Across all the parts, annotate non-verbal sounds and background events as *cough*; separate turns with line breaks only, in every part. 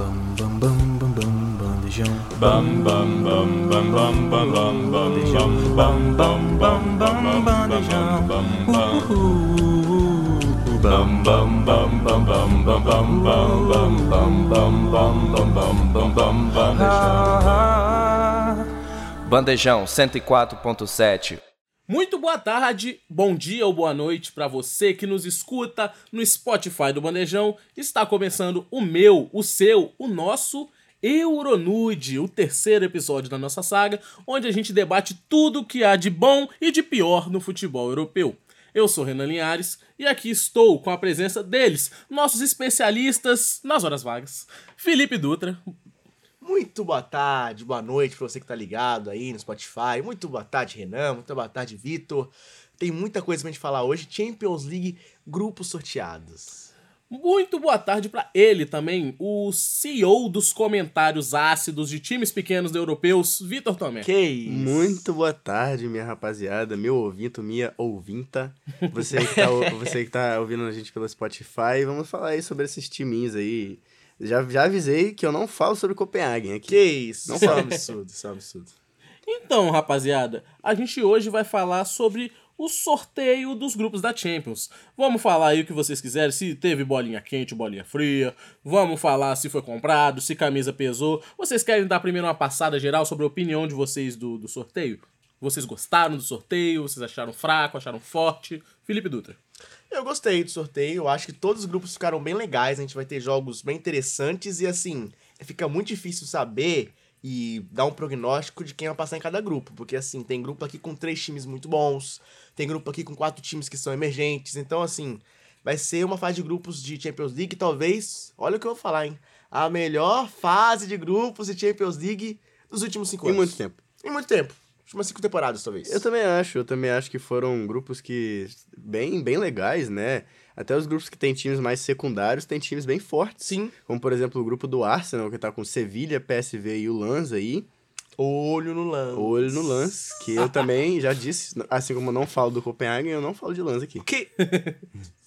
bam, bam, bam, bandejão.
Bam bam bam bam bam bam bam bandejão. Bam bam bam bam bam bandejão. Bam bam.
Uh,
Bam
bam,
bam bam bam bam bam bam bam bam bam bam bam bam bam bam bam bandejão.
Bandejão 104.7.
Muito boa tarde, bom dia ou boa noite pra você que nos escuta no Spotify do Bandejão. Está começando o meu, o seu, o nosso Euronude, o terceiro episódio da nossa saga, onde a gente debate tudo o que há de bom e de pior no futebol europeu. Eu sou Renan Linhares e aqui estou com a presença deles, nossos especialistas nas horas vagas. Felipe Dutra,
Muito boa tarde, boa noite pra você que tá ligado aí no Spotify. Muito boa tarde, Renan. Muito boa tarde, Vitor. Tem muita coisa pra gente falar hoje. Champions League, grupos sorteados.
Muito boa tarde pra ele também, o CEO dos comentários ácidos de times pequenos europeus, Vitor Tomé.
Que isso?
É. Muito boa tarde, minha rapaziada, meu ouvinto, minha ouvinta. Você que, tá, ou- você que tá ouvindo a gente pelo Spotify, vamos falar aí sobre esses timinhos aí. Já, já avisei que eu não falo sobre Copenhague aqui.
Que isso?
Não
Isso é um
fala.
absurdo, isso é um absurdo.
Então, rapaziada, a gente hoje vai falar sobre o sorteio dos grupos da Champions. Vamos falar aí o que vocês quiserem, se teve bolinha quente, bolinha fria. Vamos falar se foi comprado, se camisa pesou. Vocês querem dar primeiro uma passada geral sobre a opinião de vocês do, do sorteio? Vocês gostaram do sorteio? Vocês acharam fraco, acharam forte? Felipe Dutra.
Eu gostei do sorteio, eu acho que todos os grupos ficaram bem legais, a gente vai ter jogos bem interessantes e assim, fica muito difícil saber e dar um prognóstico de quem vai passar em cada grupo, porque assim, tem grupo aqui com três times muito bons, tem grupo aqui com quatro times que são emergentes, então assim, vai ser uma fase de grupos de Champions League, talvez, olha o que eu vou falar, hein, a melhor fase de grupos de Champions League dos últimos cinco
Em
anos.
muito tempo.
Em muito tempo, umas cinco temporadas talvez.
Eu também acho, eu também acho que foram grupos que bem, bem legais, né? Até os grupos que têm times mais secundários têm times bem fortes.
Sim,
Como, por exemplo, o grupo do Arsenal, que tá com Sevilha, PSV e o Lanz aí.
olho no lance.
Olho no Lance, que eu também já disse, assim como eu não falo do Copenhague, eu não falo de Lance aqui.
Que?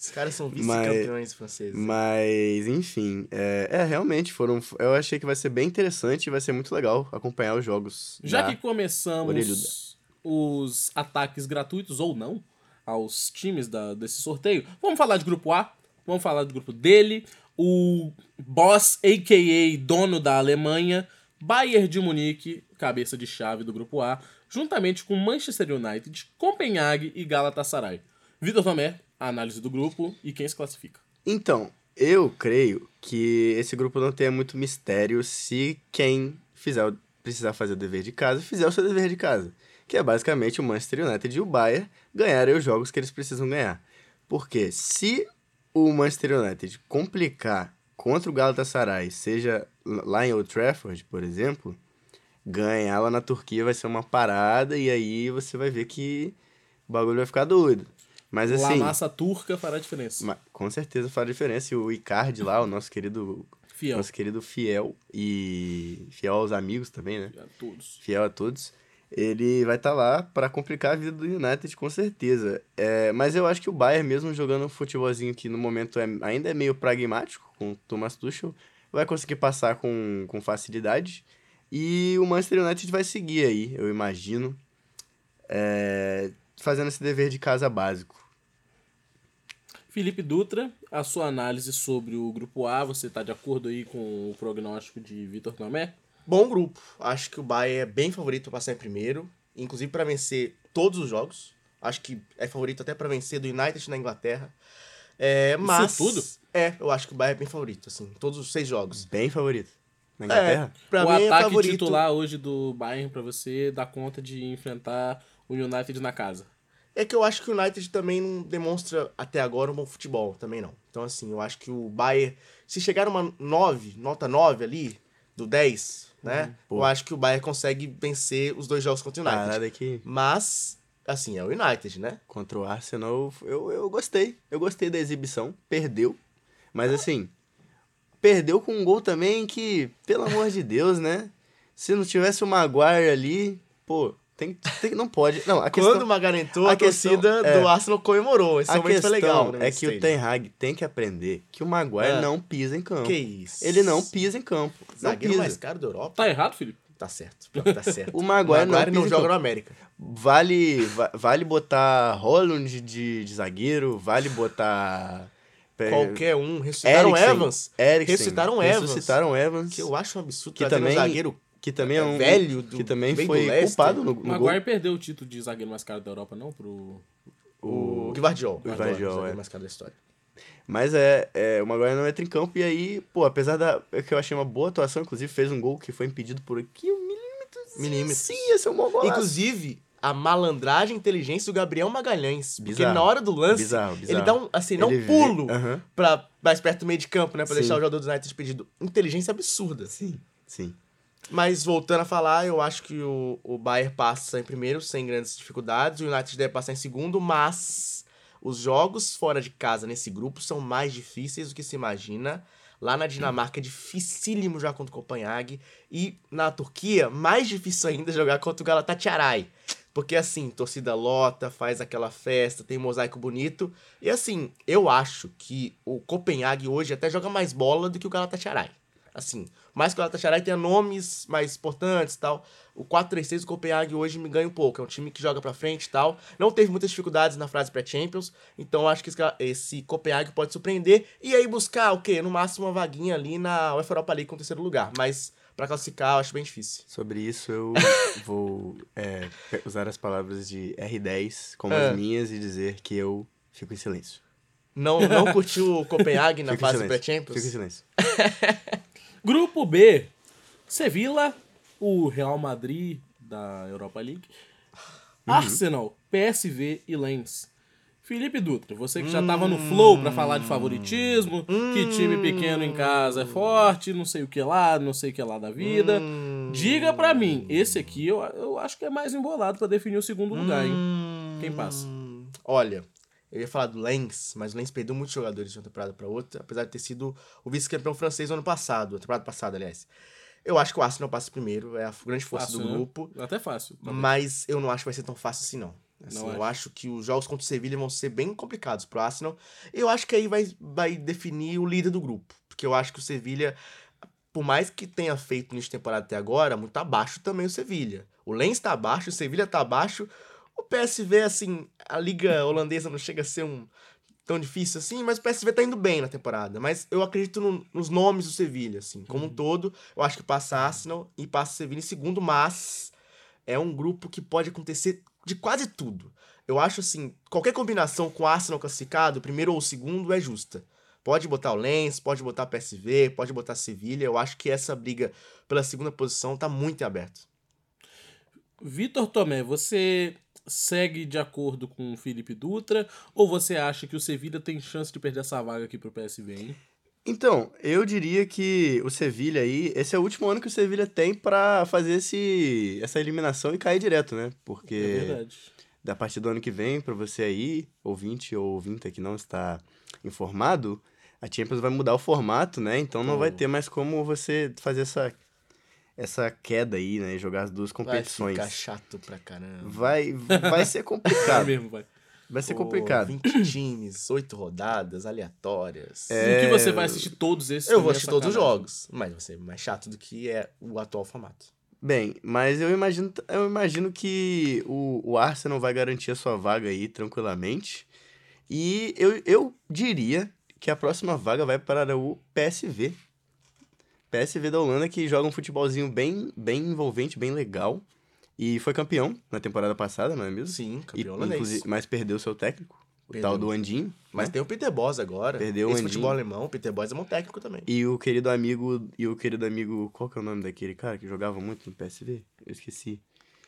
Os caras são
Mas-
vice-campeões franceses.
Mas, enfim, é, é, realmente foram. Eu achei que vai ser bem interessante e vai ser muito legal acompanhar os jogos.
Já
da-
que começamos
Orelhuda.
os ataques gratuitos ou não aos times da- desse sorteio, vamos falar de grupo A, vamos falar do grupo dele. O boss, a.k.a. dono da Alemanha, Bayern de Munique, cabeça de chave do grupo A, juntamente com Manchester United, Copenhague e Galatasaray. Vitor Tomé, a análise do grupo e quem se classifica.
Então, eu creio que esse grupo não tenha muito mistério se quem fizer o- precisar fazer o dever de casa, fizer o seu dever de casa. Que é basicamente o Manchester United e o Bayern ganharem os jogos que eles precisam ganhar. Porque se o Manchester United complicar contra o Galatasaray, seja l- lá em Old Trafford, por exemplo, ganhar lá na Turquia vai ser uma parada e aí você vai ver que o bagulho vai ficar doido. Mas
Lá a
assim,
massa turca fará a diferença.
Ma- com certeza faz diferença. E o Icardi lá, o nosso querido,
Fiel
nosso querido fiel e fiel aos amigos também, né?
a todos.
Fiel a todos. Ele vai estar lá para complicar a vida do United, com certeza. É, mas eu acho que o Bayern, mesmo jogando um futebolzinho que no momento é, ainda é meio pragmático, com o Thomas Tuchel, vai conseguir passar com, com facilidade. E o Manchester United vai seguir aí, eu imagino, é, fazendo esse dever de casa básico.
Felipe Dutra, a sua análise sobre o grupo A, você está de acordo aí com o prognóstico de Vitor Tomé?
Bom grupo. Acho que o Bayern é bem favorito pra passar em primeiro, inclusive pra vencer todos os jogos. Acho que é favorito até pra vencer do United na Inglaterra. É, mas
tudo?
É, eu acho que o Bayern é bem favorito, assim, todos os seis jogos.
Bem favorito.
É.
Na Inglaterra?
Pra
o
mim é
ataque
favorito.
titular hoje do Bayern para você dar conta de enfrentar o United na casa.
É que eu acho que o United também não demonstra até agora um bom futebol, também não. Então, assim, eu acho que o Bayern, se chegar uma 9, nota 9 ali, do 10, né? eu
Uhum. pô.
acho que o Bayern consegue vencer os dois jogos contra o United.
Parada que
Mas, assim, é o United, né?
contra o Arsenal, eu, eu gostei. Eu gostei da exibição. Perdeu. Mas assim, perdeu com um gol também que, pelo amor de Deus, né? Se não tivesse o Maguire ali, pô, Tem, tem- não pode. Não, a questão,
Quando o Magalhães entrou, a,
a questão-
torcida
é.
do Arsenal comemorou. Esse
a
momento
questão
foi legal. né,
é
no
que o
stadium.
Ten Hag tem que aprender que o Maguire
É.
não pisa em campo.
Que isso?
Ele não pisa em campo. Não
Zagueiro mais
pisa.
caro da Europa?
Tá errado, Felipe?
Tá certo. pior que Tá certo.
*laughs* O Maguire não
não,
pisa em
joga no
campo.
América.
Vale, va- vale botar Holland de, de zagueiro, vale botar. pe-
Qualquer um. Ressuscitaram
É. Eriksen,
Evans.
Eriksen,
Ressuscitaram Evans.
Ressuscitaram Evans.
Que eu acho um absurdo.
Que
tá tendo
também-
um zagueiro
que também é um
velho do-
que também
veio do
foi
Leicester.
culpado no,
O
no
Maguire
gol.
perdeu o título de zagueiro mais caro da Europa, não? Pro.
O Guardiol.
Guardiol,
zagueiro
é.
mais caro da história.
Mas é, é, o Maguire não entra em campo e aí, pô, apesar da é que eu achei uma boa atuação, inclusive fez um gol que foi impedido por aqui um milímetro.
Milímetros.
Sim, esse é um bom golaço.
Inclusive, a malandragem e inteligência do Gabriel Magalhães. Porque
Bizarro.
na hora do lance,
Bizarro,
ele
bizarro.
dá um, assim, dá um
Ele vê-
pulo
Aham,
pra mais perto do meio de campo, né? Pra
Sim.
deixar o jogador do United pedido. Inteligência absurda. Sim.
Sim.
Mas voltando a falar, eu acho que o, o Bayern passa em primeiro, sem grandes dificuldades. O United deve passar em segundo, mas os jogos fora de casa nesse grupo são mais difíceis do que se imagina. Lá na Dinamarca é dificílimo jogar contra o Copenhague. E na Turquia, mais difícil ainda jogar contra o Galatasaray. Porque assim, torcida lota, faz aquela festa, tem mosaico bonito. E assim, eu acho que o Copenhague hoje até joga mais bola do que o Galatasaray. Assim, mais que o Galatasaray tenha nomes mais importantes e tal. O 4-3-3 do Copenhague hoje me ganha um pouco. É um time que joga pra frente e tal. Não teve muitas dificuldades na fase pré-Champions. Então eu acho que esse Ga- esse Copenhague pode surpreender. E aí buscar o quê? No máximo uma vaguinha ali na UEFA Europa League com o terceiro lugar. Mas pra classificar eu acho bem difícil.
Sobre
*laughs*
isso eu vou é, pe- usar as palavras de R10 como
É.
as minhas e dizer que eu fico em silêncio.
Não, não
*laughs*
curtiu o Copenhague na
Fico em
fase
silêncio. Fico em
pré-Champions?
silêncio.
Grupo B. Sevilla, o Real Madrid da Europa League. Arsenal, PSV e Lens. Felipe Dutra, você que já tava no flow pra falar de favoritismo, que time pequeno em casa é forte, não sei o que lá, não sei o que lá da vida. Diga pra mim, esse aqui eu, eu acho que é mais embolado pra definir o segundo lugar, hein? Quem passa?
Hum, Olha, eu ia falar do Lens, mas o Lens perdeu muitos jogadores de uma temporada para outra, apesar de ter sido o vice-campeão francês no ano passado, a temporada passada, aliás. Eu acho que o Arsenal passa primeiro, é a grande força
Fácil,
do
né?
grupo.
Até fácil. tá talvez.
Mas eu não acho que vai ser tão fácil assim, não. Assim,
Não
eu acho que os jogos contra o Sevilha vão ser bem complicados pro Arsenal. E eu acho que aí vai, vai definir o líder do grupo. Porque eu acho que o Sevilha, por mais que tenha feito neste temporada até agora, muito abaixo também o Sevilha. O Lens tá abaixo, o Sevilha tá abaixo. O PSV, assim, a liga holandesa não chega a ser um tão difícil assim, mas o PSV tá indo bem na temporada. Mas eu acredito no- nos nomes do Sevilha, assim, como um todo. Eu acho que passa Arsenal e passa Sevilha em segundo, mas é um grupo que pode acontecer de quase tudo. Eu acho assim, qualquer combinação com Arsenal classificado, primeiro ou segundo, é justa. Pode botar o Lens, pode botar PSV, pode botar Sevilha. Eu acho que essa briga pela segunda posição tá muito em aberto.
Vitor Tomé, você segue de acordo com o Felipe Dutra ou você acha que o Sevilla tem chance de perder essa vaga aqui pro PSV, hein?
Então, eu diria que o Sevilha aí, esse é o último ano que o Sevilha tem pra fazer esse, essa eliminação e cair direto, né?
É
Porque
verdade.
da partir do ano que vem, pra você aí, ouvinte ou ouvinta que não está informado, a Champions vai mudar o formato, né? Então não
Oh.
vai ter mais como você fazer essa, essa queda aí, né? E jogar as duas competições.
Vai ficar chato pra caramba.
Vai,
*laughs*
vai ser
É
complicado.
mesmo, vai.
Vai ser
Pô,
complicado. *clears throat*
20 times, 8 rodadas aleatórias.
É,
No que você vai assistir todos esses?
é, Eu vou
também é
assistir todos os
sacanagem.
jogos, mas vai ser mais chato do que é o atual formato.
Bem, mas eu imagino, eu imagino que o, o Arsenal vai garantir a sua vaga aí tranquilamente. E eu, eu diria que a próxima vaga vai para o PSV. PSV da Holanda que joga um futebolzinho bem, bem envolvente, bem legal. E foi campeão na temporada passada, não é mesmo?
Sim,
E,
campeão holandês.
inclusive, mas perdeu seu técnico, o
Perdeu.
tal do Andinho.
Mas
né?
tem o Peter Boss agora.
Perdeu o
Esse
Andinho.
futebol alemão, o Peter Boss é bom técnico também.
E o querido amigo. E o querido amigo. Qual que é o nome daquele cara que jogava muito no PSV? Eu esqueci.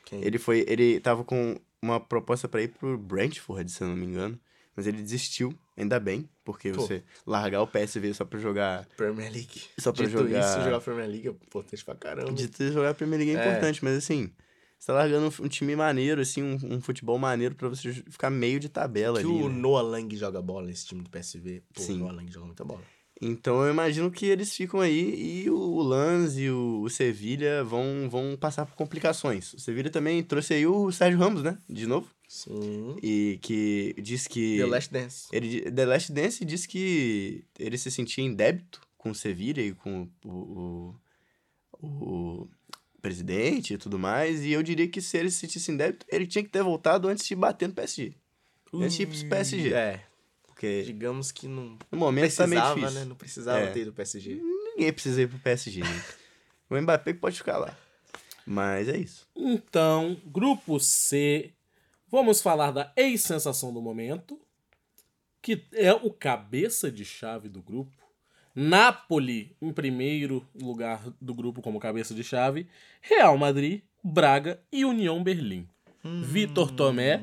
Quem?
Ele foi. Ele tava com uma proposta pra ir pro Brentford, se eu não me engano. Mas ele desistiu, ainda bem, porque
Pô.
você largar o PSV só pra jogar.
Premier League.
Só pra
Dito
jogar-
isso, jogar Premier League é importante pra caramba.
De ter jogar a Primeira Liga é
É.
importante, mas assim. Você tá largando um, um time maneiro, assim, um, um futebol maneiro pra você ficar meio de tabela
que
ali.
o
né?
Noah Lang joga bola nesse time do PSV. Pô, o
Sim.
Noah Lang joga muita bola.
Então eu imagino que eles ficam aí e o Lanz e o, o Sevilha vão, vão passar por complicações. O Sevilha também trouxe aí o Sérgio Ramos, né? De novo.
Sim.
E que diz que.
The Last Dance.
Ele, The Last Dance diz que ele se sentia em débito com o Sevilla e com o, o, o presidente e tudo mais. E eu diria que se ele se sentisse em débito, ele tinha que ter voltado antes de bater no PSG. Antes tipo de ir pro PSG.
É,
Porque
digamos que não
no momento tá meio
precisava,
difícil.
né? Não precisava
É.
ter ido PSG.
Ninguém precisa ir pro PSG. Né? o Mbappé que pode ficar lá. Mas é isso.
Então, grupo C, vamos falar da ex-sensação do momento, que é o cabeça de chave do grupo. Napoli em primeiro lugar do grupo como cabeça de chave, Real Madrid, Braga e União Berlim.
Hum.
Vitor Tomé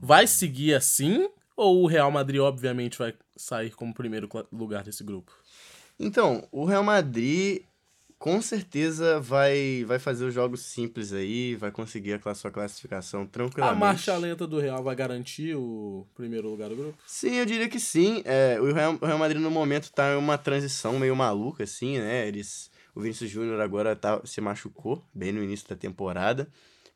vai seguir assim ou o Real Madrid obviamente vai sair como primeiro cla- lugar desse grupo?
Então, o Real Madrid com certeza vai, vai fazer os jogos simples aí, vai conseguir a cla- sua classificação
A
tranquilamente.
marcha lenta do Real vai garantir o primeiro lugar do grupo?
Sim, eu diria que sim. É, o, Real, o Real Madrid no momento tá em uma transição meio maluca, assim, né? Eles, o Vinícius Júnior agora tá, se machucou bem no início da temporada,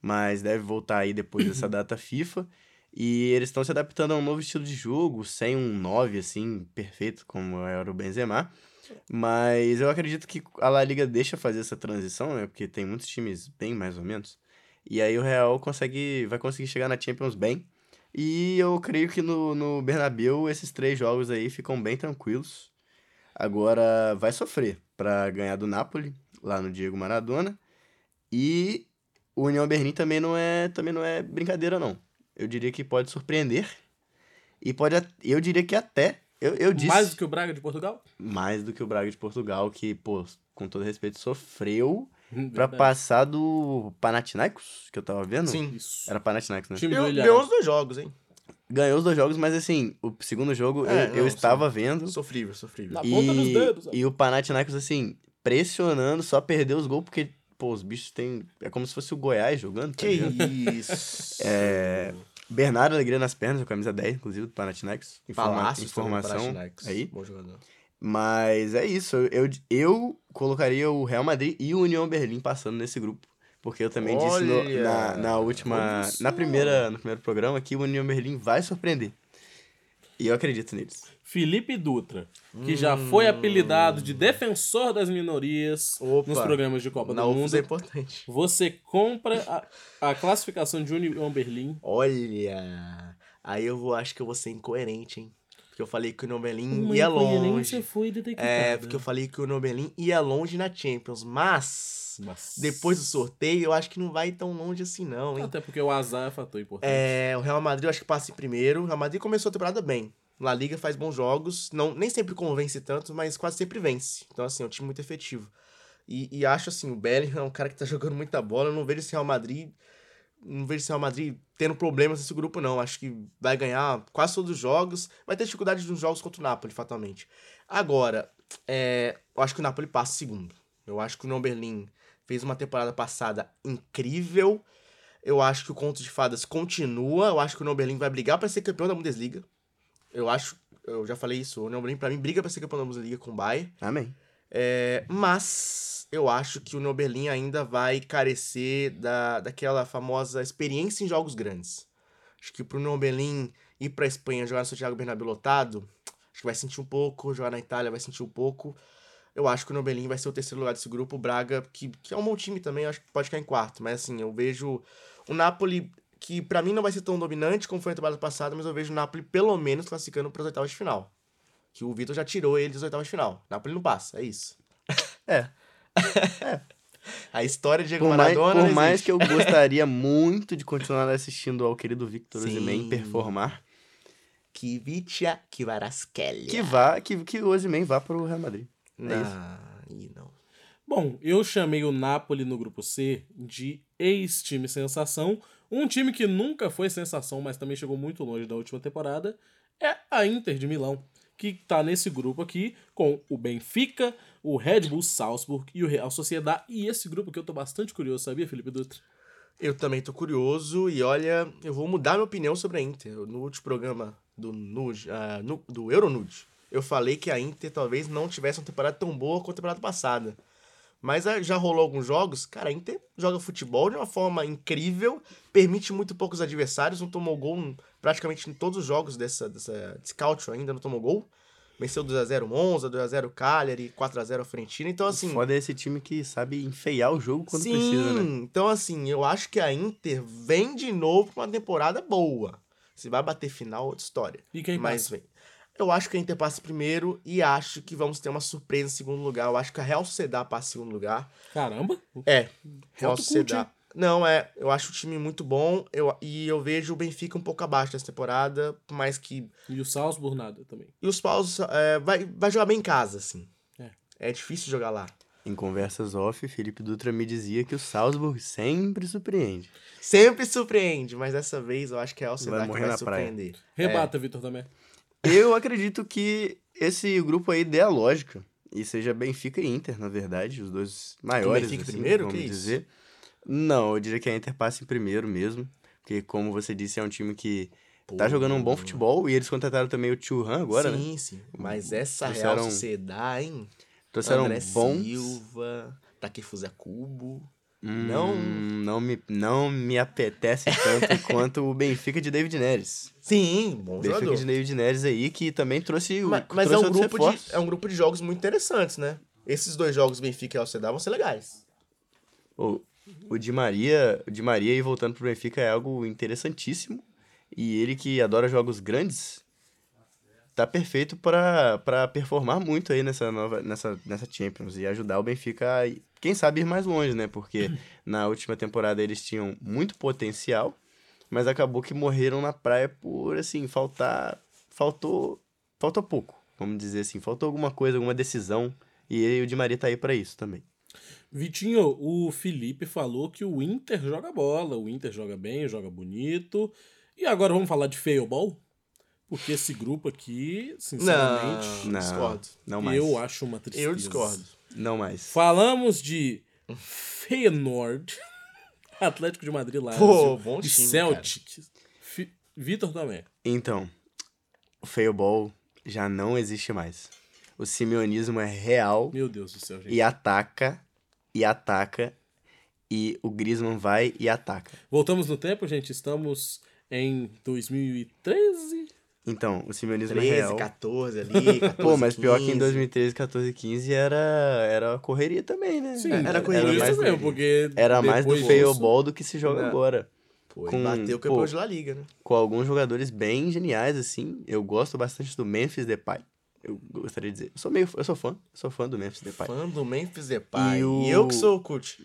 mas deve voltar aí depois dessa data FIFA. E eles estão se adaptando a um novo estilo de jogo, sem um 9, assim, perfeito, como era o Benzema. Mas eu acredito que a La Liga deixa fazer essa transição, né? Porque tem muitos times bem mais ou menos. E aí o Real consegue, vai conseguir chegar na Champions bem. E eu creio que no, no Bernabéu esses três jogos aí ficam bem tranquilos. Agora vai sofrer para ganhar do Napoli, lá no Diego Maradona. E o União Berlim também não é, também não é brincadeira não. Eu diria que pode surpreender. E pode at- eu diria que até eu, eu disse
Mais do que o Braga de Portugal?
mais do que o Braga de Portugal, que, pô, com todo respeito, sofreu pra
Verdade.
passar do Panathinaikos, que eu tava vendo.
Sim.
Isso.
Era Panathinaikos, né?
Time do
Ganhou,
Ilharão.
ganhou os dois jogos, hein?
Ganhou os dois jogos, mas assim, o segundo jogo
É,
eu,
não,
eu estava vendo.
Sofrível, sofrível.
Na
e,
ponta dos dedos, né? ó.
e o Panathinaikos, assim, pressionando, só perdeu os gols, porque, pô, os bichos tem. É como se fosse o Goiás jogando, tá
Que
ligado?
isso.
É, Bernardo Alegria nas pernas, a camisa 10, inclusive, do Panathinaikos. Informa-
Palácio
informação aí.
Bom jogador.
Mas é isso. Eu, eu colocaria o Real Madrid e o União Berlim passando nesse grupo. Porque eu também disse no-
Olha!
na, na última.
Olha só!
Na primeira, no primeiro programa que o União Berlim vai surpreender. E eu acredito neles.
Felipe Dutra, que já foi apelidado de defensor das minorias
Opa.
nos programas de Copa
Na
do
UFUS é
Mundo.
importante.
Você compra a, a classificação de União Berlim.
Olha. Aí eu vou, acho que eu vou ser incoerente, hein? Porque eu falei que o é Nobelin ia Hum, longe.
foi né?
É, porque eu falei que o Nobelin ia longe na Champions, mas depois do sorteio eu acho que não vai tão longe assim não, hein?
Até porque o azar é fator importante.
É, o Real Madrid eu acho que passa em primeiro. O Real Madrid começou a temporada bem. La Liga faz bons jogos, não, nem sempre convence tanto, mas quase sempre vence. Então, assim, é um time muito efetivo. E, e acho assim, o Bellingham é um cara que tá *laughs* jogando muita bola. Eu não vejo esse Real Madrid. Não vejo esse Real Madrid tendo problemas nesse grupo, não. Acho que vai ganhar quase todos os jogos. Vai ter dificuldade nos jogos contra o Napoli, fatalmente. Agora, é, eu acho que o Napoli passa em segundo. Eu acho que o União Berlim fez uma temporada passada incrível. Eu acho que o Conto de Fadas continua. Eu acho que o União Berlim vai brigar pra ser campeão da Bundesliga. Eu acho, eu já falei isso, o União Berlim pra mim briga pra ser campeão da Bundesliga com o Bayern.
Amém.
É, mas eu acho que o União Berlim ainda vai carecer da, daquela famosa experiência em jogos grandes. Acho que pro União Berlim ir pra Espanha jogar no Santiago Bernabéu lotado, acho que vai sentir um pouco. Jogar na Itália vai sentir um pouco. Eu acho que o União Berlim vai ser o terceiro lugar desse grupo. O Braga, que, que é um bom time também, eu acho que pode ficar em quarto. Mas assim, eu vejo o Napoli, que pra mim não vai ser tão dominante como foi na temporada passada, mas eu vejo o Napoli pelo menos classificando pras oitavas de final. Que o Vitor já tirou ele das oitavas de final. Napoli não passa, é isso. *laughs*
*laughs*
É.
É.
A história de Diego
Por mais,
Maradona.
por
não
mais
existe. *laughs*
que eu gostaria muito de continuar assistindo ao querido Victor
Sim.
Osimhen performar,
Kivitia Kivaraskelia.
que vá, que, que o Osimhen vá pro Real Madrid.
Não,
É
ih, Ah, não.
Bom, eu chamei o Napoli no grupo C de ex-time sensação. Um time que nunca foi sensação, mas também chegou muito longe da última temporada, é a Inter de Milão, que tá nesse grupo aqui com o Benfica, o Red Bull Salzburg e o Real Sociedade. E esse grupo que eu tô bastante curioso, sabia, Felipe Dutra?
Eu também tô curioso e olha, eu vou mudar minha opinião sobre a Inter. No último programa do, Nude, ah, nu- do Euronude, eu falei que a Inter talvez não tivesse uma temporada tão boa quanto a temporada passada. Mas ah, já rolou alguns jogos, cara, a Inter joga futebol de uma forma incrível, permite muito poucos adversários, não tomou gol em- praticamente em todos os jogos dessa, dessa desse caucho ainda, não tomou gol. Venceu 2x0 Monza, 2x0 Cagliari, 4x0 Fiorentina, então assim...
Foda é esse time que sabe enfeiar o jogo quando
Sim,
precisa, né?
então assim, eu acho que a Inter vem de novo pra uma temporada boa. Se vai bater final, outra história.
E quem
Mas
passa?
vem. Eu acho que a Inter passa primeiro e acho que vamos ter uma surpresa em segundo lugar. Eu acho que a Real Sociedad passa em segundo lugar.
Caramba.
É, Real
Voto
Sociedad.
cult,
Não, é, eu acho o time muito bom eu, e eu vejo o Benfica um pouco abaixo nessa temporada, por mais que...
E o Salzburg nada também.
E os Paus é, vai, vai jogar bem em casa, assim.
É.
é difícil jogar lá.
Em conversas off, Felipe Dutra me dizia que o Salzburg sempre surpreende.
Sempre surpreende, mas dessa vez eu acho que é a Alcidar
Vai
que
morrer
vai
na praia.
surpreender.
Rebata, Vitor, também.
Eu acredito que esse grupo aí dê a lógica. E seja Benfica e Inter, na verdade, os dois maiores.
Benfica
assim,
primeiro?
Vamos
Que isso?
dizer. Não, eu diria que a Inter passa em primeiro mesmo. Porque, como você disse, é um time que tá jogando um bom futebol. E eles contrataram também o Churran agora, né?
sim, sim. Mas essa
Trouxeram-
Real Sociedade, hein?
Trouxeram
André
bons.
Silva, Takefusa Cubo.
Hum,
Não.
Não me, não me apetece
*laughs*
tanto quanto o Benfica de David Neres.
Sim, bom
O Benfica
jogador.
de David Neres aí, que também trouxe o.
Ma- Mas,
trouxe
é, um
outros
grupo
reforços.
de, é um grupo de jogos muito interessantes, né? Esses dois jogos, Benfica e Real Sociedade, vão ser legais.
O, o Di Maria, o Di Maria e voltando pro Benfica é algo interessantíssimo. E ele que adora jogos grandes, tá perfeito pra pra performar muito aí nessa nova nessa nessa Champions e ajudar o Benfica a, quem sabe ir mais longe, né? Porque na última temporada eles tinham muito potencial, mas acabou que morreram na praia por assim, faltar faltou falta pouco, vamos dizer assim, faltou alguma coisa, alguma decisão. E ele- o Di Maria tá aí pra isso também.
Vitinho, o Felipe falou que o Inter joga bola, o Inter joga bem, joga bonito. E agora vamos falar de failball? Porque esse grupo aqui, sinceramente,
Não.
discordo.
Não mais.
eu acho uma tristeza.
Eu discordo.
Não mais.
Falamos de Feyenoord, *laughs* Atlético de Madrid lá,
Pô, bom
de
time,
Celtic. Fi- Vitor também.
Então, o Feibol já não existe mais. O simeonismo é real
Meu Deus do céu, gente.
e ataca, e ataca, e o Griezmann vai e ataca.
Voltamos no tempo, gente. Estamos em 2013.
Então, o simeonismo é
13,
real.
14 ali, 14,
*laughs* Pô, mas pior que
15.
em 2013, 14, 15 era, era correria também, né?
Sim, é
era correria,
mais,
isso mesmo, porque
era mais do
depois disso- É.
Feibol do que se joga
Não.
agora.
Pô,
com-
ele bateu o
pô.
campeão de La Liga, né?
com alguns jogadores bem geniais, assim. Eu gosto bastante do Memphis Depay. Eu gostaria de dizer. Eu sou meio. Eu sou fã. Sou fã do Memphis Depay.
Fã do Memphis Depay.
E
E,
o-
eu que sou o Kut.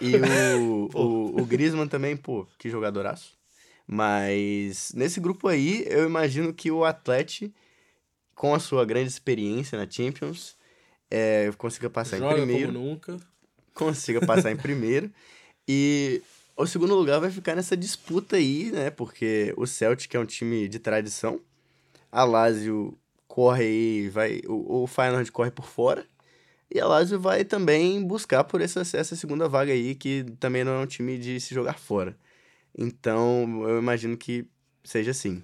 E
*laughs*
o, o, o Griezmann também, pô, que jogadoraço. Mas nesse grupo aí, eu imagino que o Atlético, com a sua grande experiência na Champions, é, consiga passar
Joga
em primeiro.
como nunca.
consiga passar em primeiro. E o segundo lugar vai ficar nessa disputa aí, né? Porque o Celtic é um time de tradição. A Lazio corre aí, vai, o, o Feyenoord corre por fora. E a Lazio vai também buscar por essa, essa segunda vaga aí, que também não é um time de se jogar fora. Então, eu imagino que seja assim.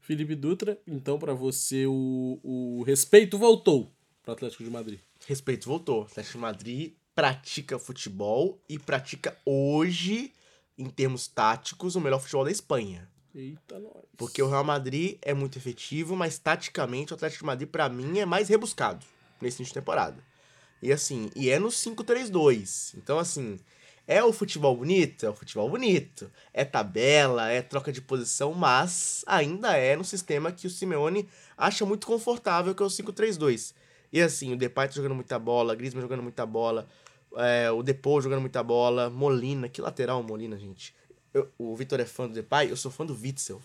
Felipe Dutra, então pra você o, o respeito voltou pro Atlético de Madrid.
Respeito voltou. Atlético de Madrid pratica futebol e pratica hoje, em termos táticos, o melhor futebol da Espanha.
Eita, nós.
Porque o Real Madrid é muito efetivo, mas taticamente o Atlético de Madrid, pra mim, é mais rebuscado nesse início de temporada. E assim, e é no 5-3-2. Então, assim, é o futebol bonito? É o futebol bonito. É tabela, é troca de posição, mas ainda é no sistema que o Simeone acha muito confortável, que é o 5-3-2. E assim, o Depay tá jogando muita bola, Griezmann jogando muita bola, é, o Depô jogando muita bola, Molina, que lateral o Molina, gente. Eu- o Vitor é fã do Depay, eu sou fã do Witzel.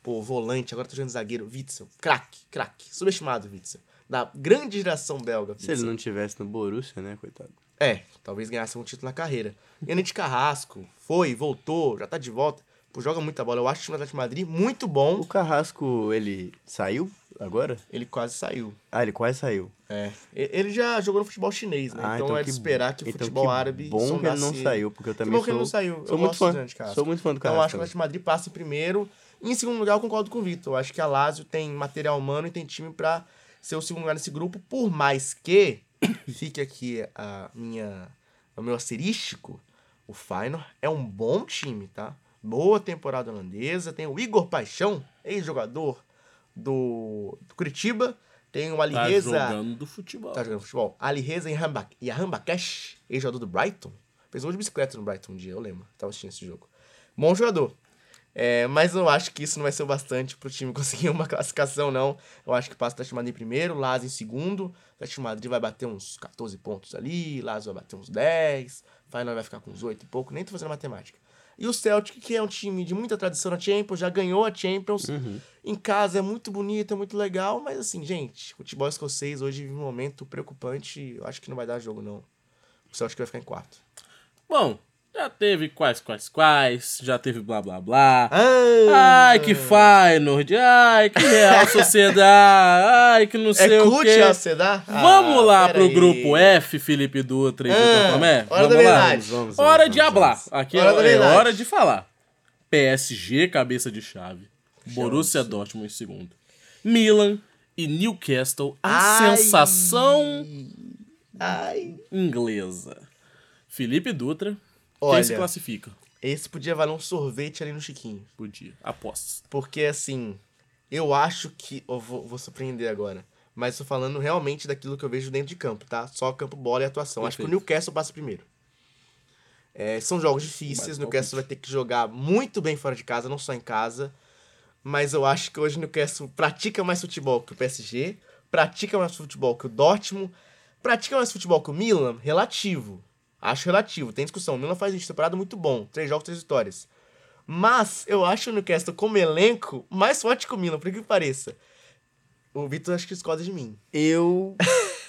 Pô, volante, agora tá jogando zagueiro, Witzel. Craque, craque. Subestimado, Witzel. Da grande geração belga.
Se ele
Witzel.
não tivesse no Borussia, né, coitado?
É, talvez ganhasse um título na carreira. Yannick Carrasco foi, voltou, já tá de volta. Pô, joga muita bola. Eu acho o time do Atlético de Madrid muito
O
bom.
Carrasco, ele saiu agora?
Ele quase saiu.
Ah, ele quase saiu.
É. E- Ele já jogou no futebol chinês, né?
Ah,
então, é de
que-
esperar que o
então
futebol árabe
Bom que ele não
sondasse ele.
saiu, porque eu
Que
também
bom
sou,
que ele não saiu.
sou
eu
muito
gosto do
fã.
Yannick Carrasco.
Sou muito fã do
Então eu acho que o
Carrasco.
Atlético de Madrid passa em primeiro E em segundo lugar, eu concordo com o Vitor. Eu acho que a Lazio tem material humano e tem time pra ser o segundo lugar nesse grupo, por mais que *coughs* fique aqui a minha, o meu asterístico, o Feyenoord é um bom time, tá? Boa temporada holandesa, tem o Igor Paixão, ex-jogador do, do Curitiba, tem o
Tá
Alireza...
jogando do futebol.
Tá jogando futebol. Ali Reza e Hamba- e a Rambakesh, ex-jogador do Brighton. Fez um gol de bicicleta no Brighton um dia, eu lembro. Tava assistindo esse jogo. Bom jogador. É, mas eu acho que isso não vai ser o bastante pro time *laughs* conseguir uma classificação, não. Eu acho que passa o Atlético de Madrid em primeiro, Lazio em segundo. O Atlético de Madrid vai bater uns 14 pontos ali, Lazio vai bater uns 10, Final vai ficar com uns 8 e pouco, nem tô fazendo matemática. E o Celtic, que é um time de muita tradição na Champions, já ganhou a Champions.
Uhum.
Em casa é muito bonito, é muito legal, mas assim, gente, futebol escocês hoje vive um momento preocupante. Eu acho que não vai dar jogo, não. O Celtic vai ficar em quarto.
Bom, já teve quais, quais, quais, já teve blá, blá, blá.
Ah,
Ai, que Feyenoord, ai, que Real Sociedade, ai, que não sei
é
o
cult,
quê.
é Cedar?
Vamos lá pro grupo F, Felipe Dutra e Vitor
Ah,
Tomé.
hora da
Vamos lá.
verdade.
Vamos, vamos,
Hora
vamos,
de hablar.
vamos.
Aqui
Hora da
é, é
verdade.
hora de falar. PSG, cabeça de chave. Borussia Dortmund em segundo. Milan e Newcastle, a
Ai.
sensação
Ai.
inglesa. Felipe Dutra, quem
Olha.
se classifica?
Esse podia valer um sorvete ali no Chiquinho.
Podia, aposto.
Porque, assim, eu acho que. Eu vou, vou surpreender agora. Mas tô falando realmente daquilo que eu vejo dentro de campo, tá? Só campo, bola e atuação. Acho que o
Perfeito.
Newcastle passa primeiro. É, são jogos difíceis.
Mas
O Newcastle vai ter que jogar muito bem fora de casa, não só em casa. Mas eu acho que hoje o Newcastle pratica mais futebol que o PSG, pratica mais futebol que o Dortmund, pratica mais futebol que o Milan, relativo. Acho relativo, tem discussão. O Milan faz isso, temporada muito bom. Três jogos, três vitórias. Mas eu acho o Newcastle, como elenco, mais forte que o Milan, por que que pareça. O Vitor acho que discorda de mim.
Eu.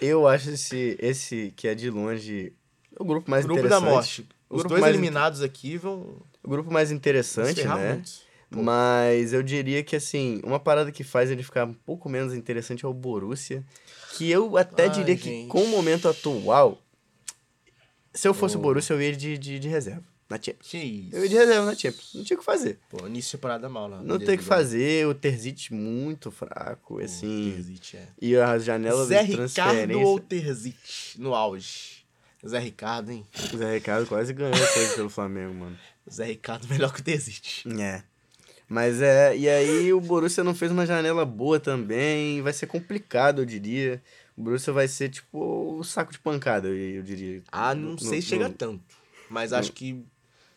Eu acho esse, esse que é de longe o grupo mais
grupo da
interessante.
morte.
O
Os
grupo
dois
mais-
eliminados aqui vão
O grupo mais
se
interessante,
ferrar
né?
muito. é Pô.
Mas eu diria que, assim, uma parada que faz ele ficar um pouco menos interessante é o Borussia. Que eu até
Ai,
diria que,
gente.
com o momento atual, se eu fosse o Borussia, eu ia de, de, de reserva na Champions.
Que isso.
Eu ia de reserva na Champions. Não tinha o que fazer.
Pô, início de temporada mal lá.
Não tem o que fazer. O Terzic muito fraco, assim.
é.
E a janela
Zé
de
Ricardo
transferência...
ou Terzic no auge? Zé Ricardo, hein?
O Zé Ricardo quase ganhou coisa pelo Flamengo, mano.
Zé Ricardo *laughs* melhor que o Terzic.
É. Mas é, e aí o Borussia não fez uma janela boa também, vai ser complicado, eu diria. O Borussia vai ser tipo o saco de pancada, eu, eu diria.
Ah, não
No-
sei
no-
se chega
no-
tanto. Mas acho que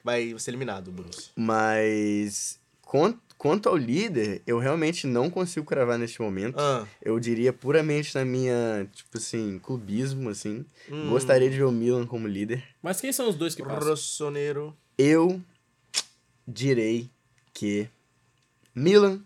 vai ser eliminado o Borussia.
Mas quanto, quanto ao líder, eu realmente não consigo cravar neste momento.
Ah,
Eu diria puramente na minha, tipo assim, clubismo, assim.
hum,
Gostaria de ver o Milan como líder.
Mas quem são os dois que passam?
Rossoneiro.
Eu direi que Milan,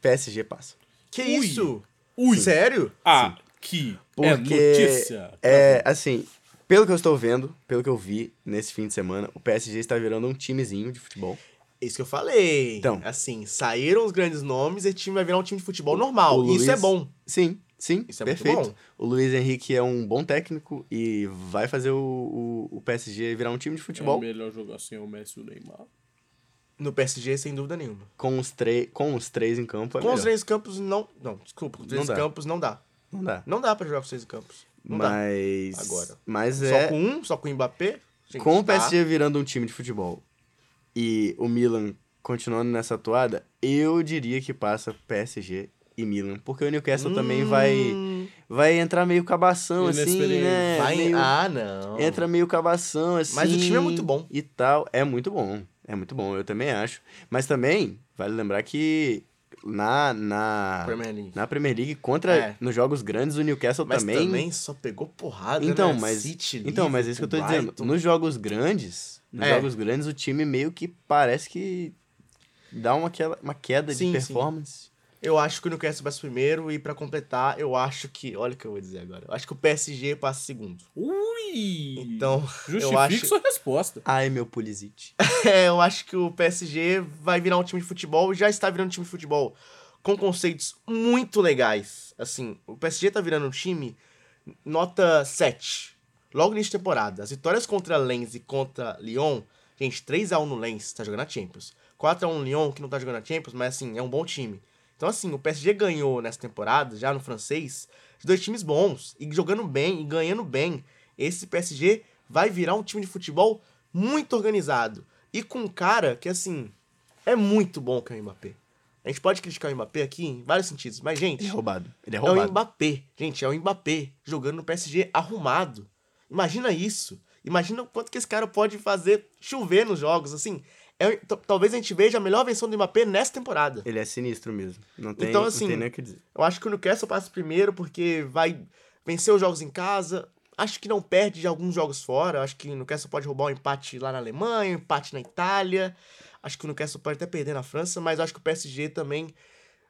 PSG passa.
Que
Ui.
isso?
Ui,
Sério?
aqui é
Porque
notícia.
É, assim, pelo que eu estou vendo, pelo que eu vi nesse fim de semana, o PSG está virando um timezinho de futebol.
Isso que eu falei.
Então.
Assim, saíram os grandes nomes e o time vai virar um time de futebol normal.
o
Isso
Luiz-
é bom.
Sim, sim,
Isso é muito
perfeito.
bom.
O Luiz Henrique é um bom técnico e vai fazer o, o, o PSG virar um time de
É
futebol
melhor jogar sem o Messi e o Neymar.
No PSG, sem dúvida nenhuma.
com, os tre- com os três em campo. É
com os
melhor.
três campos, não. Não, desculpa. Com os três
Não dá.
campos, não dá.
Não dá.
Não dá pra jogar com os três campos. Não dá.
mas.
Agora.
Mas
Só
é.
com
Com,
um, só com o Mbappé. Gente, tá.
o
dá.
PSG virando um time de futebol e o Milan continuando nessa toada, eu diria que passa PSG e Milan. Porque o Newcastle também vai.
Hum,
vai entrar meio cabação, assim,
Inexperiente.
né?
vai-
Meio-
Ah, não.
Entra meio cabação, assim.
Mas o time é muito bom.
E tal. É muito bom. É muito bom, eu também acho. Mas também, vale lembrar que na. Na
Ah, Premier League.
na Premier League, contra.
É.
Nos jogos grandes, o Newcastle
Mas
também.
também... só pegou porrada,
Então,
né?
mas.
City,
então, mas é isso que eu tô
Liverpool,
dizendo.
Brighton.
Nos jogos grandes. Nos
É.
jogos grandes, o time meio que parece que. Dá uma, aquela, uma queda
Sim, sim.
de performance.
Eu acho que o Newcastle passa primeiro e pra completar, eu acho que... Olha o que eu vou dizer agora. Eu acho que o PSG passa segundo.
Ui!
Então,
Justifique
eu acho...
sua resposta.
Ai, Ah, meu Pulisic.
*laughs* É, eu acho que o PSG vai virar um time de futebol, já está virando um time de futebol com conceitos muito legais. Assim, o PSG tá virando um time nota 7. Logo nesta temporada, as vitórias contra Lens e contra Lyon, gente, 3 a 1 no Lens, um tá jogando a Champions. 4x1 Lyon, que não tá jogando a Champions, mas assim, é um bom time. Então, assim, o PSG ganhou nessa temporada, já no francês, de dois times bons, e jogando bem, e ganhando bem. Esse PSG vai virar um time de futebol muito organizado. E com um cara que, assim, é muito bom que é o Mbappé. A gente pode criticar o Mbappé aqui em vários sentidos, mas, gente.
Ele é roubado. Ele é
É
roubado.
o Mbappé. Gente, é o Mbappé jogando no PSG arrumado. Imagina isso. Imagina o quanto que esse cara pode fazer chover nos jogos, assim. É, t- talvez a gente veja a melhor versão do Mbappé nessa temporada.
Ele é sinistro mesmo. Não tem,
Então,
não
assim,
tem nem o que dizer.
Eu acho que o Newcastle passa primeiro porque vai vencer os jogos em casa. Acho que não perde de alguns jogos fora. Acho que o Newcastle pode roubar um empate lá na Alemanha, um empate na Itália. Acho que o Newcastle pode até perder na França, mas acho que o PSG também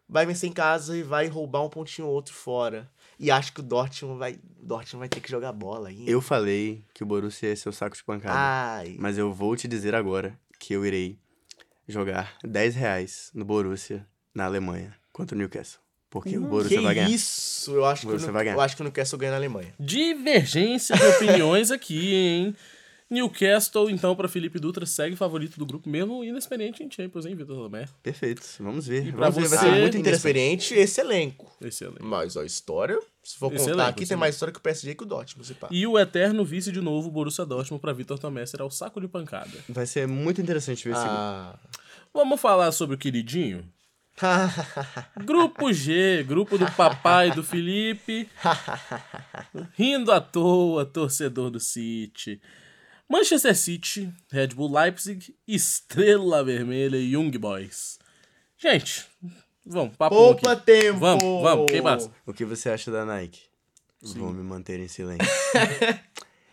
vai vencer em casa e vai roubar um pontinho ou outro fora. E acho que o Dortmund vai, Dortmund vai ter que jogar bola aí.
Eu falei que o Borussia é seu saco de pancada.
Ai,
Mas eu vou te dizer agora que eu irei jogar 10 reais no Borussia na Alemanha contra o Newcastle. Porque o Borussia
que
vai ganhar.
isso! Eu acho que, o
Borussia
Nu-
vai ganhar.
eu acho que o Newcastle ganha na Alemanha.
Divergência de opiniões aqui, hein? Newcastle, então, pra Felipe Dutra, segue favorito do grupo, mesmo inexperiente em Champions, hein, Vitor Tomé?
Perfeito. Vamos ver.
E pra
Vamos
você-
ver. Vai ser muito
Muito
é interessante.
inexperiente esse elenco.
Excelente.
Mas a história, se for
Esse
contar
elenco,
aqui,
esse
tem
elenco.
mais história que o PSG que o Dortmund, se pá.
E o eterno vice de novo, Borussia Dortmund, pra Vitor Tomé, será o saco de pancada.
Vai ser muito interessante ver esse grupo.
Ah.
Vamos falar sobre o queridinho?
Ah. *laughs*
Grupo G, grupo do papai do Felipe. Rindo à toa, torcedor do City. Manchester City, Red Bull Leipzig, Estrela Vermelha e Young Boys. Gente, vamos, papo
Poupa
aqui.
tempo!
Vamos, vamos, quem passa?
O que você acha da Nike? Vou me manter
*laughs*
em silêncio.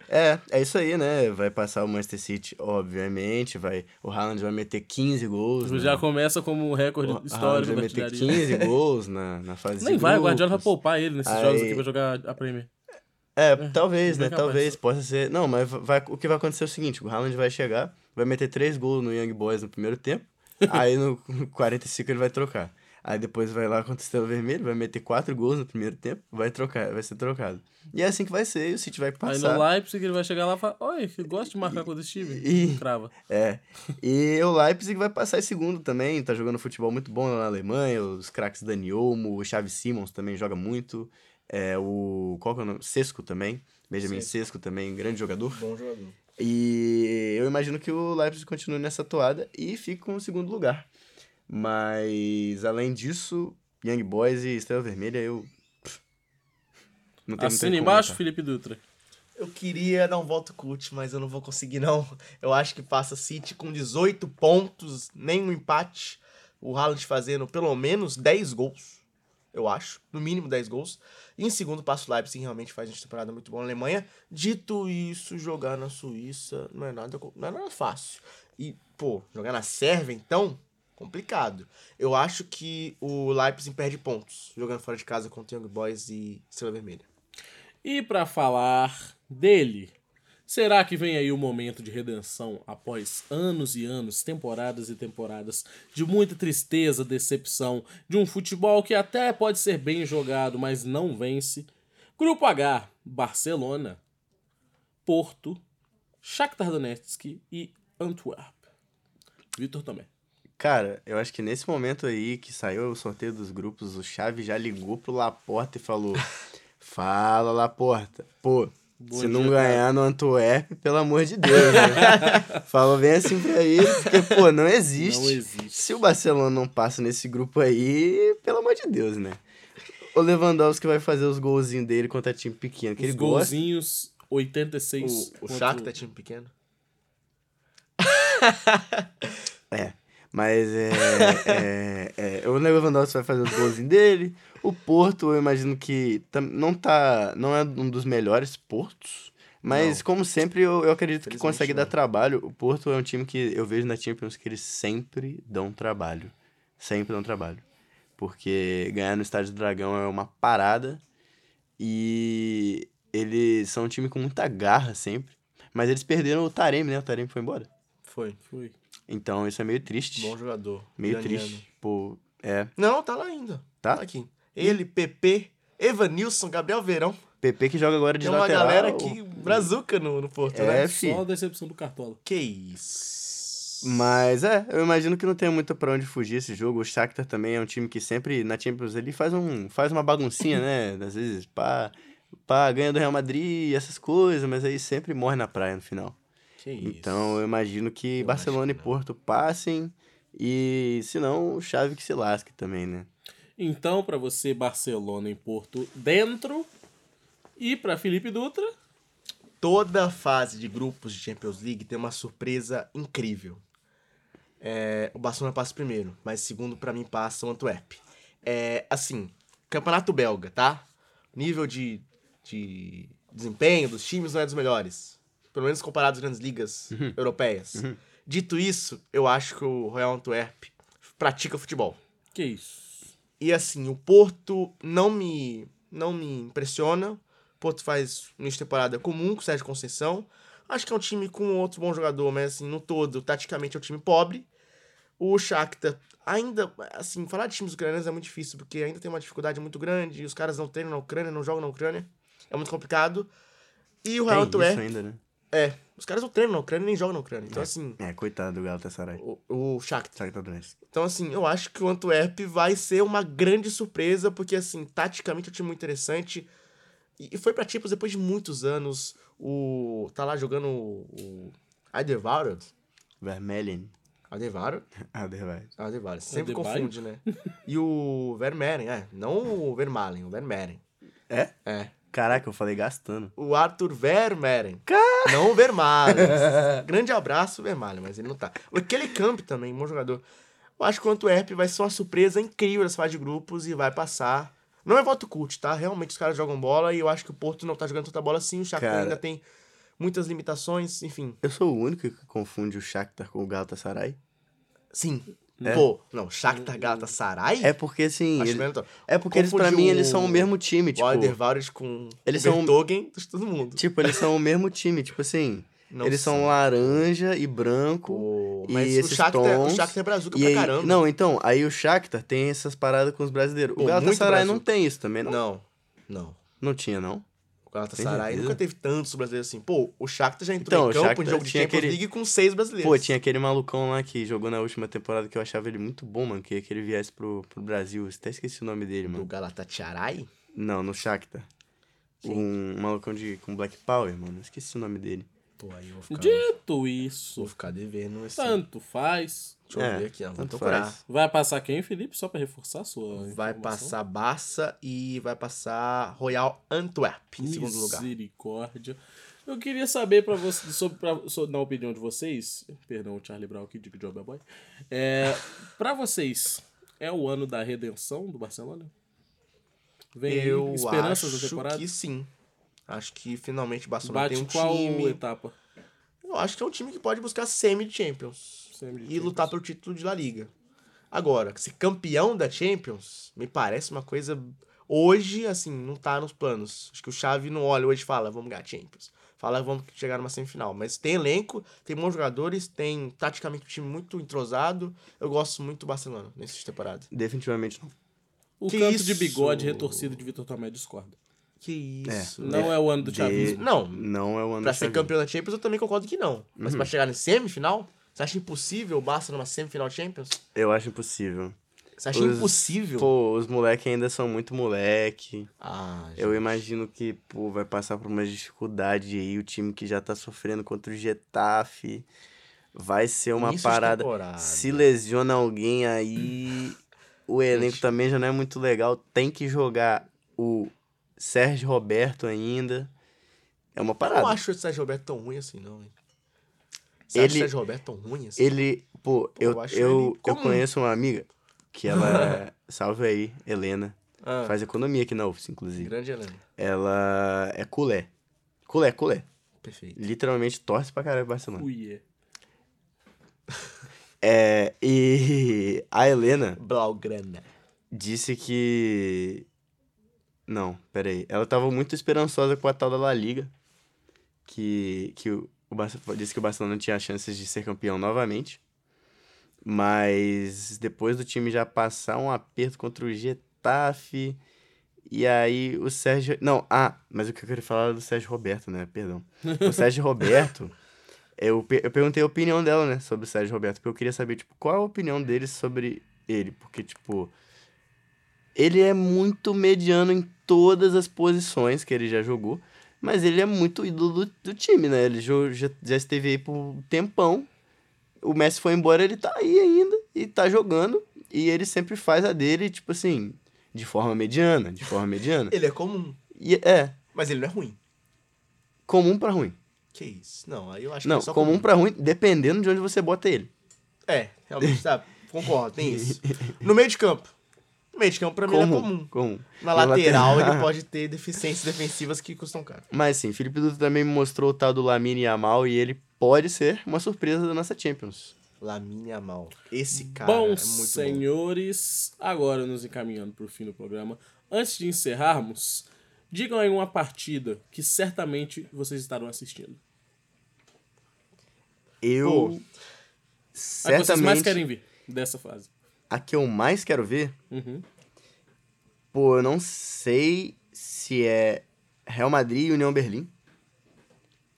é, é isso aí, né? Vai passar o Manchester City, obviamente. Vai, o Haaland vai meter 15 gols. né?
Já começa como um recorde
O Haaland
histórico da
vai meter
artilharia.
15 gols na, na fase
Nem
de
vai, o
grupos.
Guardiola vai poupar ele nesses
Aí-
jogos aqui pra jogar a Premier.
É, talvez,
bem
né?
capaz.
Talvez possa ser. Não, mas vai, o que vai acontecer é o seguinte: o Haaland vai chegar, vai meter três gols no Young Boys no
*laughs*
primeiro tempo, aí no 45 ele vai trocar. Aí depois vai lá contra o Estrela Vermelho, vai meter quatro gols no primeiro tempo, vai trocar, vai ser trocado. E é assim que vai ser, e o City vai
Aí
passar.
no Leipzig ele vai chegar lá e falar: Oi, eu gosto de marcar contra esse time.
e-
Crava.
É. E o Leipzig vai passar em segundo também, tá jogando futebol muito bom lá na Alemanha, os craques Dani Olmo, o Xavi Simons também joga muito, é, o... qual que é o nome? Sesco também, Benjamin Sesco também, grande jogador.
Bom jogador.
E eu imagino que o Leipzig continue nessa toada e fique com o segundo lugar. Mas, além disso, Young Boys e Estrela Vermelha, eu... Não tem muito o
Assina
que
embaixo,
comentar.
Felipe Dutra.
Eu queria dar um voto cult, mas eu não vou conseguir, não. Eu acho que passa City com 18 pontos, nenhum empate. O Haaland fazendo pelo menos 10 gols, eu acho. No mínimo 10 gols. E em segundo passa o Leipzig, realmente faz uma temporada muito boa na Alemanha. Dito isso, jogar na Suíça não é nada, co- não é nada fácil. E, pô, jogar na Sérvia, então, complicado. Eu acho que o Leipzig perde pontos, jogando fora de casa contra o Young Boys e Estrela Vermelha.
E pra falar dele, será que vem aí o momento de redenção após anos e anos, temporadas e temporadas de muita tristeza, decepção, de um futebol que até pode ser bem jogado, mas não vence? Grupo H: Barcelona, Porto, Shakhtar Donetsk e Antwerp. Vitor também.
Cara, eu acho que nesse momento aí que saiu o sorteio dos grupos, o Xavi já ligou pro Laporta e falou... Fala, Laporta. Pô,
Bom
se não
dia,
ganhar no Antwerp, pelo amor de
*laughs*
Deus, né? Falou bem assim pra ele, porque, pô, não
Não existe.
Se o Barcelona não passa nesse grupo aí, pelo amor de Deus, né? O Lewandowski vai fazer os golzinhos dele contra time pequeno, que
Os
ele gosta.
golzinhos 86.
O, o
contra
Shakhtar é time pequeno?
É. Mas é, é, é, O Lewandowski vai fazer os golzinhos dele. O Porto, eu imagino que tam- não tá. Não é um dos melhores portos. Mas, como sempre, eu, eu acredito que
Felizmente
consegue
não.
dar trabalho. O Porto é um time que eu vejo na Champions que eles sempre dão trabalho. Sempre dão trabalho. Porque ganhar no Estádio do Dragão é uma parada. E eles são um time com muita garra sempre. Mas eles perderam o Taremi, né? O Taremi foi embora.
Foi.
Fui.
Então isso é meio triste.
Bom jogador.
Meio
iraniano.
triste. Pô, é.
Não, tá lá ainda.
Tá?
aqui. Ele, PP, Evanilson, Gabriel Verão.
PP que joga agora de
Tem uma
lateral.
galera aqui, brazuca no, no Porto,
É,
né?
fi.
Só a decepção do Cartola.
Que isso.
Mas é, eu imagino que não tenha muito pra onde fugir esse jogo. O Shakhtar também é um time que sempre na Champions ele faz um faz uma baguncinha, né? Às vezes, pá, pá, ganha do Real Madrid, essas coisas, mas aí sempre morre na praia no final.
Que
Então eu imagino que
Eu acho
Barcelona
que não.
e Porto passem e se não, o Chave que se lasque também, né?
Então, pra você, Barcelona e Porto dentro. E pra Felipe Dutra,
Toda fase de grupos de Champions League tem uma surpresa incrível. É, o Barcelona passa primeiro, mas segundo pra mim passa o Antwerp. É, assim, campeonato belga, tá? Nível de, de desempenho dos times não é dos melhores. Pelo menos comparado às grandes ligas europeias. Dito isso, eu acho que o Royal Antwerp pratica futebol.
que isso?
E assim, o Porto não me não me impressiona. O Porto faz uma temporada comum com o Sérgio Conceição. Acho que é um time com outro bom jogador, mas assim, no todo, taticamente é um time pobre. O Shakhtar ainda, assim, falar de times ucranianos é muito difícil, porque ainda tem uma dificuldade muito grande, e os caras não treinam na Ucrânia, não jogam na Ucrânia. É muito complicado. E o
Tem
Real
isso
Antwerp,
ainda, né?
é, os caras não treinam na Ucrânia, nem jogam na Ucrânia. Então assim,
É, coitado do Galatasaray.
o, o Shakhtar
Shakhtar Donetsk.
então, assim, eu acho que o Antwerp vai ser uma grande surpresa, porque, assim, taticamente é um time muito interessante. E e foi pra Champions depois de muitos anos. O. Tá lá jogando o. Adevarod?
Vermelhin.
Adevarod?
Aderweireld.
Adevarod. Sempre
Adebayo?
confunde, né? E o Vermeeren, é. Não o Vermalen, o Vermeeren.
É?
É.
Caraca, eu falei gastando.
O Arthur Vermeeren. Não o
*laughs*
Vermalen. Grande abraço, Vermalen, mas ele não tá. O Kelly Camp também, um bom jogador. Eu acho que o Antwerp vai ser uma surpresa incrível nessa fase de grupos e vai passar. Não é voto curto, tá? Realmente os caras jogam bola e eu acho que o Porto não tá jogando tanta bola assim. O Shakhtar
Cara.
ainda tem muitas limitações, enfim.
Eu sou o único que confunde o Shakhtar com o Galatasaray?
Sim.
É.
Pô, não, Shakhtar Galatasaray?
É porque, assim,
Acho
ele-
melhor, então.
É porque eles, pra
Confundiu
mim, eles são o mesmo time,
o
tipo.
Alderweireld com
eles
o
são-
Vertogen, de todo mundo.
Tipo, eles são o mesmo time, tipo assim.
*laughs* Não
eles são
sei.
laranja e branco.
Pô,
e
mas o
esses
Shakhtar,
tons,
o Shakhtar é brazuca
E
pra
aí,
caramba.
não, então, aí o Shakhtar tem essas paradas com os brasileiros.
Pô,
o
muito
Galatasaray
Brasil.
não tem isso também, não? Não,
Não, não.
tinha, não?
O Galatasaray
Tem certeza?
nunca teve tantos brasileiros assim. Pô, o Shakhtar já
Então,
entrou
o
em campo
Shakhtar
em jogo de
tinha
Champions
aquele-
League com seis brasileiros.
Pô, tinha aquele malucão lá que jogou na última temporada que eu achava ele muito bom, mano. Queria que ele viesse pro, pro Brasil. Eu até esqueci o nome dele,
Do
mano.
Galatasaray?
Não, no Shakhtar. Um malucão de, com Black Power, mano. Eu Esqueci o nome dele.
Pô, aí eu vou ficar,
Dito
vou
isso,
ficar devendo esse...
tanto faz.
Deixa eu
É,
ver aqui, ó. Vou
tanto
procurar.
faz.
Vai passar quem, Felipe? Só pra reforçar a sua.
Vai
informação.
passar Barça e vai passar Royal Antwerp em segundo lugar.
Misericórdia. Eu queria saber para você, sobre, pra- so- na opinião de vocês, perdão, Charlie Brown aqui, digo Job é Boy. É, para vocês, é o ano da redenção do Barcelona? Vem aí
Eu
esperanças da
acho
temporada?
que sim. Acho que finalmente o Barcelona
Bate
tem um
qual
time.
etapa?
Eu acho que é um time que pode buscar semi de Champions.
Semi de
e
Champions.
lutar pelo título de La Liga. Agora, ser campeão da Champions me parece uma coisa hoje, assim, não tá nos planos. Acho que o Xavi não olha hoje e fala, vamos ganhar Champions. Fala, vamos chegar numa semifinal. Mas tem elenco, tem bons jogadores, tem taticamente um time muito entrosado. Eu gosto muito do Barcelona nessa temporada.
Definitivamente não.
O
que
canto de
isso?
bigode retorcido de Vitor Tomé discorda.
Que isso.
Não é o ano do
De-
chavismo.
Não,
Não é o ano
pra
do
ser
Xavi.
campeão da Champions eu também concordo que não. Mas
Uhum.
pra chegar na semifinal, você acha impossível o Barça numa semifinal de Champions?
Eu acho impossível.
Você acha
Os-
impossível?
Pô, os moleques ainda são muito moleque.
Ah,
Eu imagino que, pô, vai passar por uma dificuldade aí. O time que já tá sofrendo contra o Getafe. Vai ser uma
Início de
parada.
temporada.
Se lesiona alguém aí. O elenco
Gente.
também já não é muito legal. Tem que jogar o Sérgio Roberto ainda. É uma
Eu não
parada.
acho o Sérgio Roberto tão ruim assim, não, hein? Você acha o
Ele-
Sérgio Roberto tão ruim assim?
Ele, pô, eu,
eu
eu,
acho ele
eu,
comum.
conheço uma amiga
*laughs*
que ela. salve aí, Helena.
Ah,
Faz economia aqui na UFS, inclusive.
grande Helena.
Ela é culé. Culé, culé.
Perfeito.
Literalmente torce pra caralho pro Barcelona.
Uie.
É, e *laughs* a Helena
Blaugrana.
disse que. Não, peraí. Ela tava muito esperançosa com a tal da La Liga. Que, que o, o Barça, disse que o Barcelona tinha chances de ser campeão novamente. Mas depois do time já passar um aperto contra o Getafe. E aí o é Sérgio. Não, ah, mas o que eu queria falar era do Sérgio Roberto, né? Perdão. O Sérgio Roberto. eu, pe- eu perguntei a opinião dela, né, sobre o Sérgio Roberto, porque eu queria saber, tipo, qual a opinião dele sobre ele, porque, tipo, ele é muito mediano em todas as posições que ele já jogou, mas ele é muito ídolo do, do time, né, ele jo- já, já esteve aí por um tempão, o Messi foi embora, ele tá aí ainda e tá jogando, e ele sempre faz a dele, tipo assim, de forma mediana, de forma mediana.
Ele é comum,
E é,
mas ele não é ruim.
comum pra ruim.
Que isso? Não, aí eu acho
Não,
que é só
comum pra ruim, dependendo de onde você bota ele.
É, realmente, tá. Concordo, tem isso. No meio de campo. No meio de campo, pra mim, ele é comum.
Comum.
Na lateral, ele pode ter deficiências defensivas que custam caro.
Mas sim, Felipe Dutra também me mostrou o tal do Lamine Yamal e ele pode ser uma surpresa da nossa Champions.
Lamine Amal. Esse cara é
bom,
muito bom.
senhores, agora nos encaminhando para o fim do programa. Antes de encerrarmos, digam aí uma partida que certamente vocês estarão assistindo.
Eu
Pô.
A que vocês mais
certamente
querem ver dessa fase.
a que eu mais quero ver,
Uhum.
pô, eu não sei se é Real Madrid e União Berlim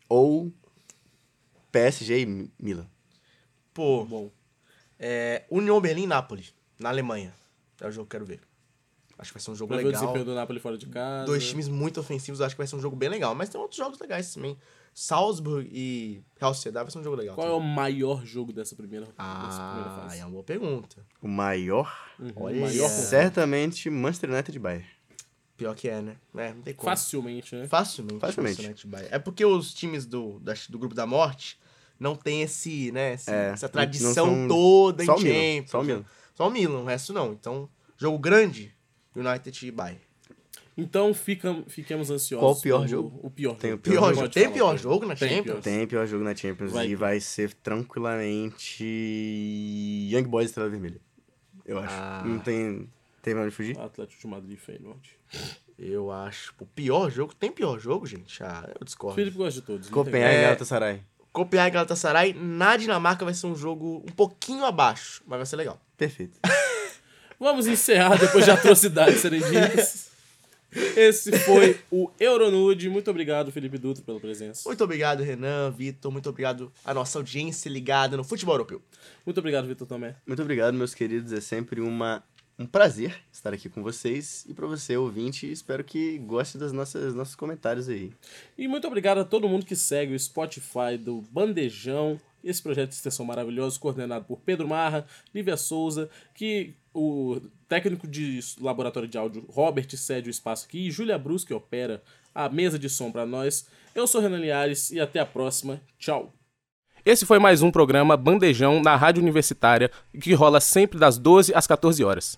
ou PSG e Mi- Milan.
Pô,
Bom.
é União Berlim-Nápoles, na Alemanha. É o jogo que eu quero ver. Acho que vai ser um jogo
Pra ver o
legal.
desempenho do Napoli fora de casa.
Dois times muito ofensivos, eu acho que vai ser um jogo bem legal. Mas tem outros jogos legais também. Salzburg e Real Sociedade vai ser um jogo legal.
Qual é
também.
o maior jogo dessa primeira, dessa primeira
Ah,
fase?
é uma boa pergunta.
O maior,
Uhum,
olha
o maior
isso.
confronto.
certamente Manchester United e Bayern.
Pior que é, né? É, não tem como.
Facilmente, né?
Facilmente.
Facilmente.
Facilmente, Bahia. É porque os times do, da- do Grupo da Morte não tem esse, né, esse-
É,
essa
não-
tradição
não são-
toda em
só o Milan,
Champions.
só o Milan.
né? Só o Milan, o resto não. Então, jogo grande, United e Bayern.
Então fica, fiquemos ansiosos.
Qual o pior
pelo-
jogo?
O pior
Tem
jogo.
o
Pior
Pode
jogo.
falar,
Tem pior
Pedro.
jogo na
Tem
Champions?
Tem pior jogo na Champions
Vai-
e vai ser tranquilamente Young Boys e Estrela Vermelha. Eu acho.
Ah.
Não tem, tem mais onde fugir?
Atlético de Madrid e Feyenoord.
Eu acho. O pior jogo? Tem pior jogo, gente? Ah, eu discordo.
Felipe gosta de todos. não tem
Copenhague e
É.
Galatasaray.
Copenhague e Galatasaray na Dinamarca vai ser um jogo um pouquinho abaixo, mas vai ser legal.
Perfeito.
Vamos encerrar depois de atrocidades serem ditas. Esse foi o Euronude. Muito obrigado, Felipe Dutra, pela presença.
Muito obrigado, Renan, Vitor. Muito obrigado à nossa audiência ligada no futebol europeu.
Muito obrigado, Vitor Tomé.
Muito obrigado, meus queridos. É sempre uma, um prazer estar aqui com vocês. E pra você, ouvinte, espero que goste dos nossos, nossos comentários aí.
E muito obrigado a todo mundo que segue o Spotify do Bandejão, esse projeto de extensão maravilhoso, coordenado por Pedro Marra, Lívia Souza, que o técnico de laboratório de áudio Robert cede o espaço aqui, e Júlia Brus, que opera a mesa de som para nós. Eu sou Renan Liares e até a próxima. Tchau! Esse foi mais um programa Bandejão na Rádio Universitária, que rola sempre das 12 às 14 horas.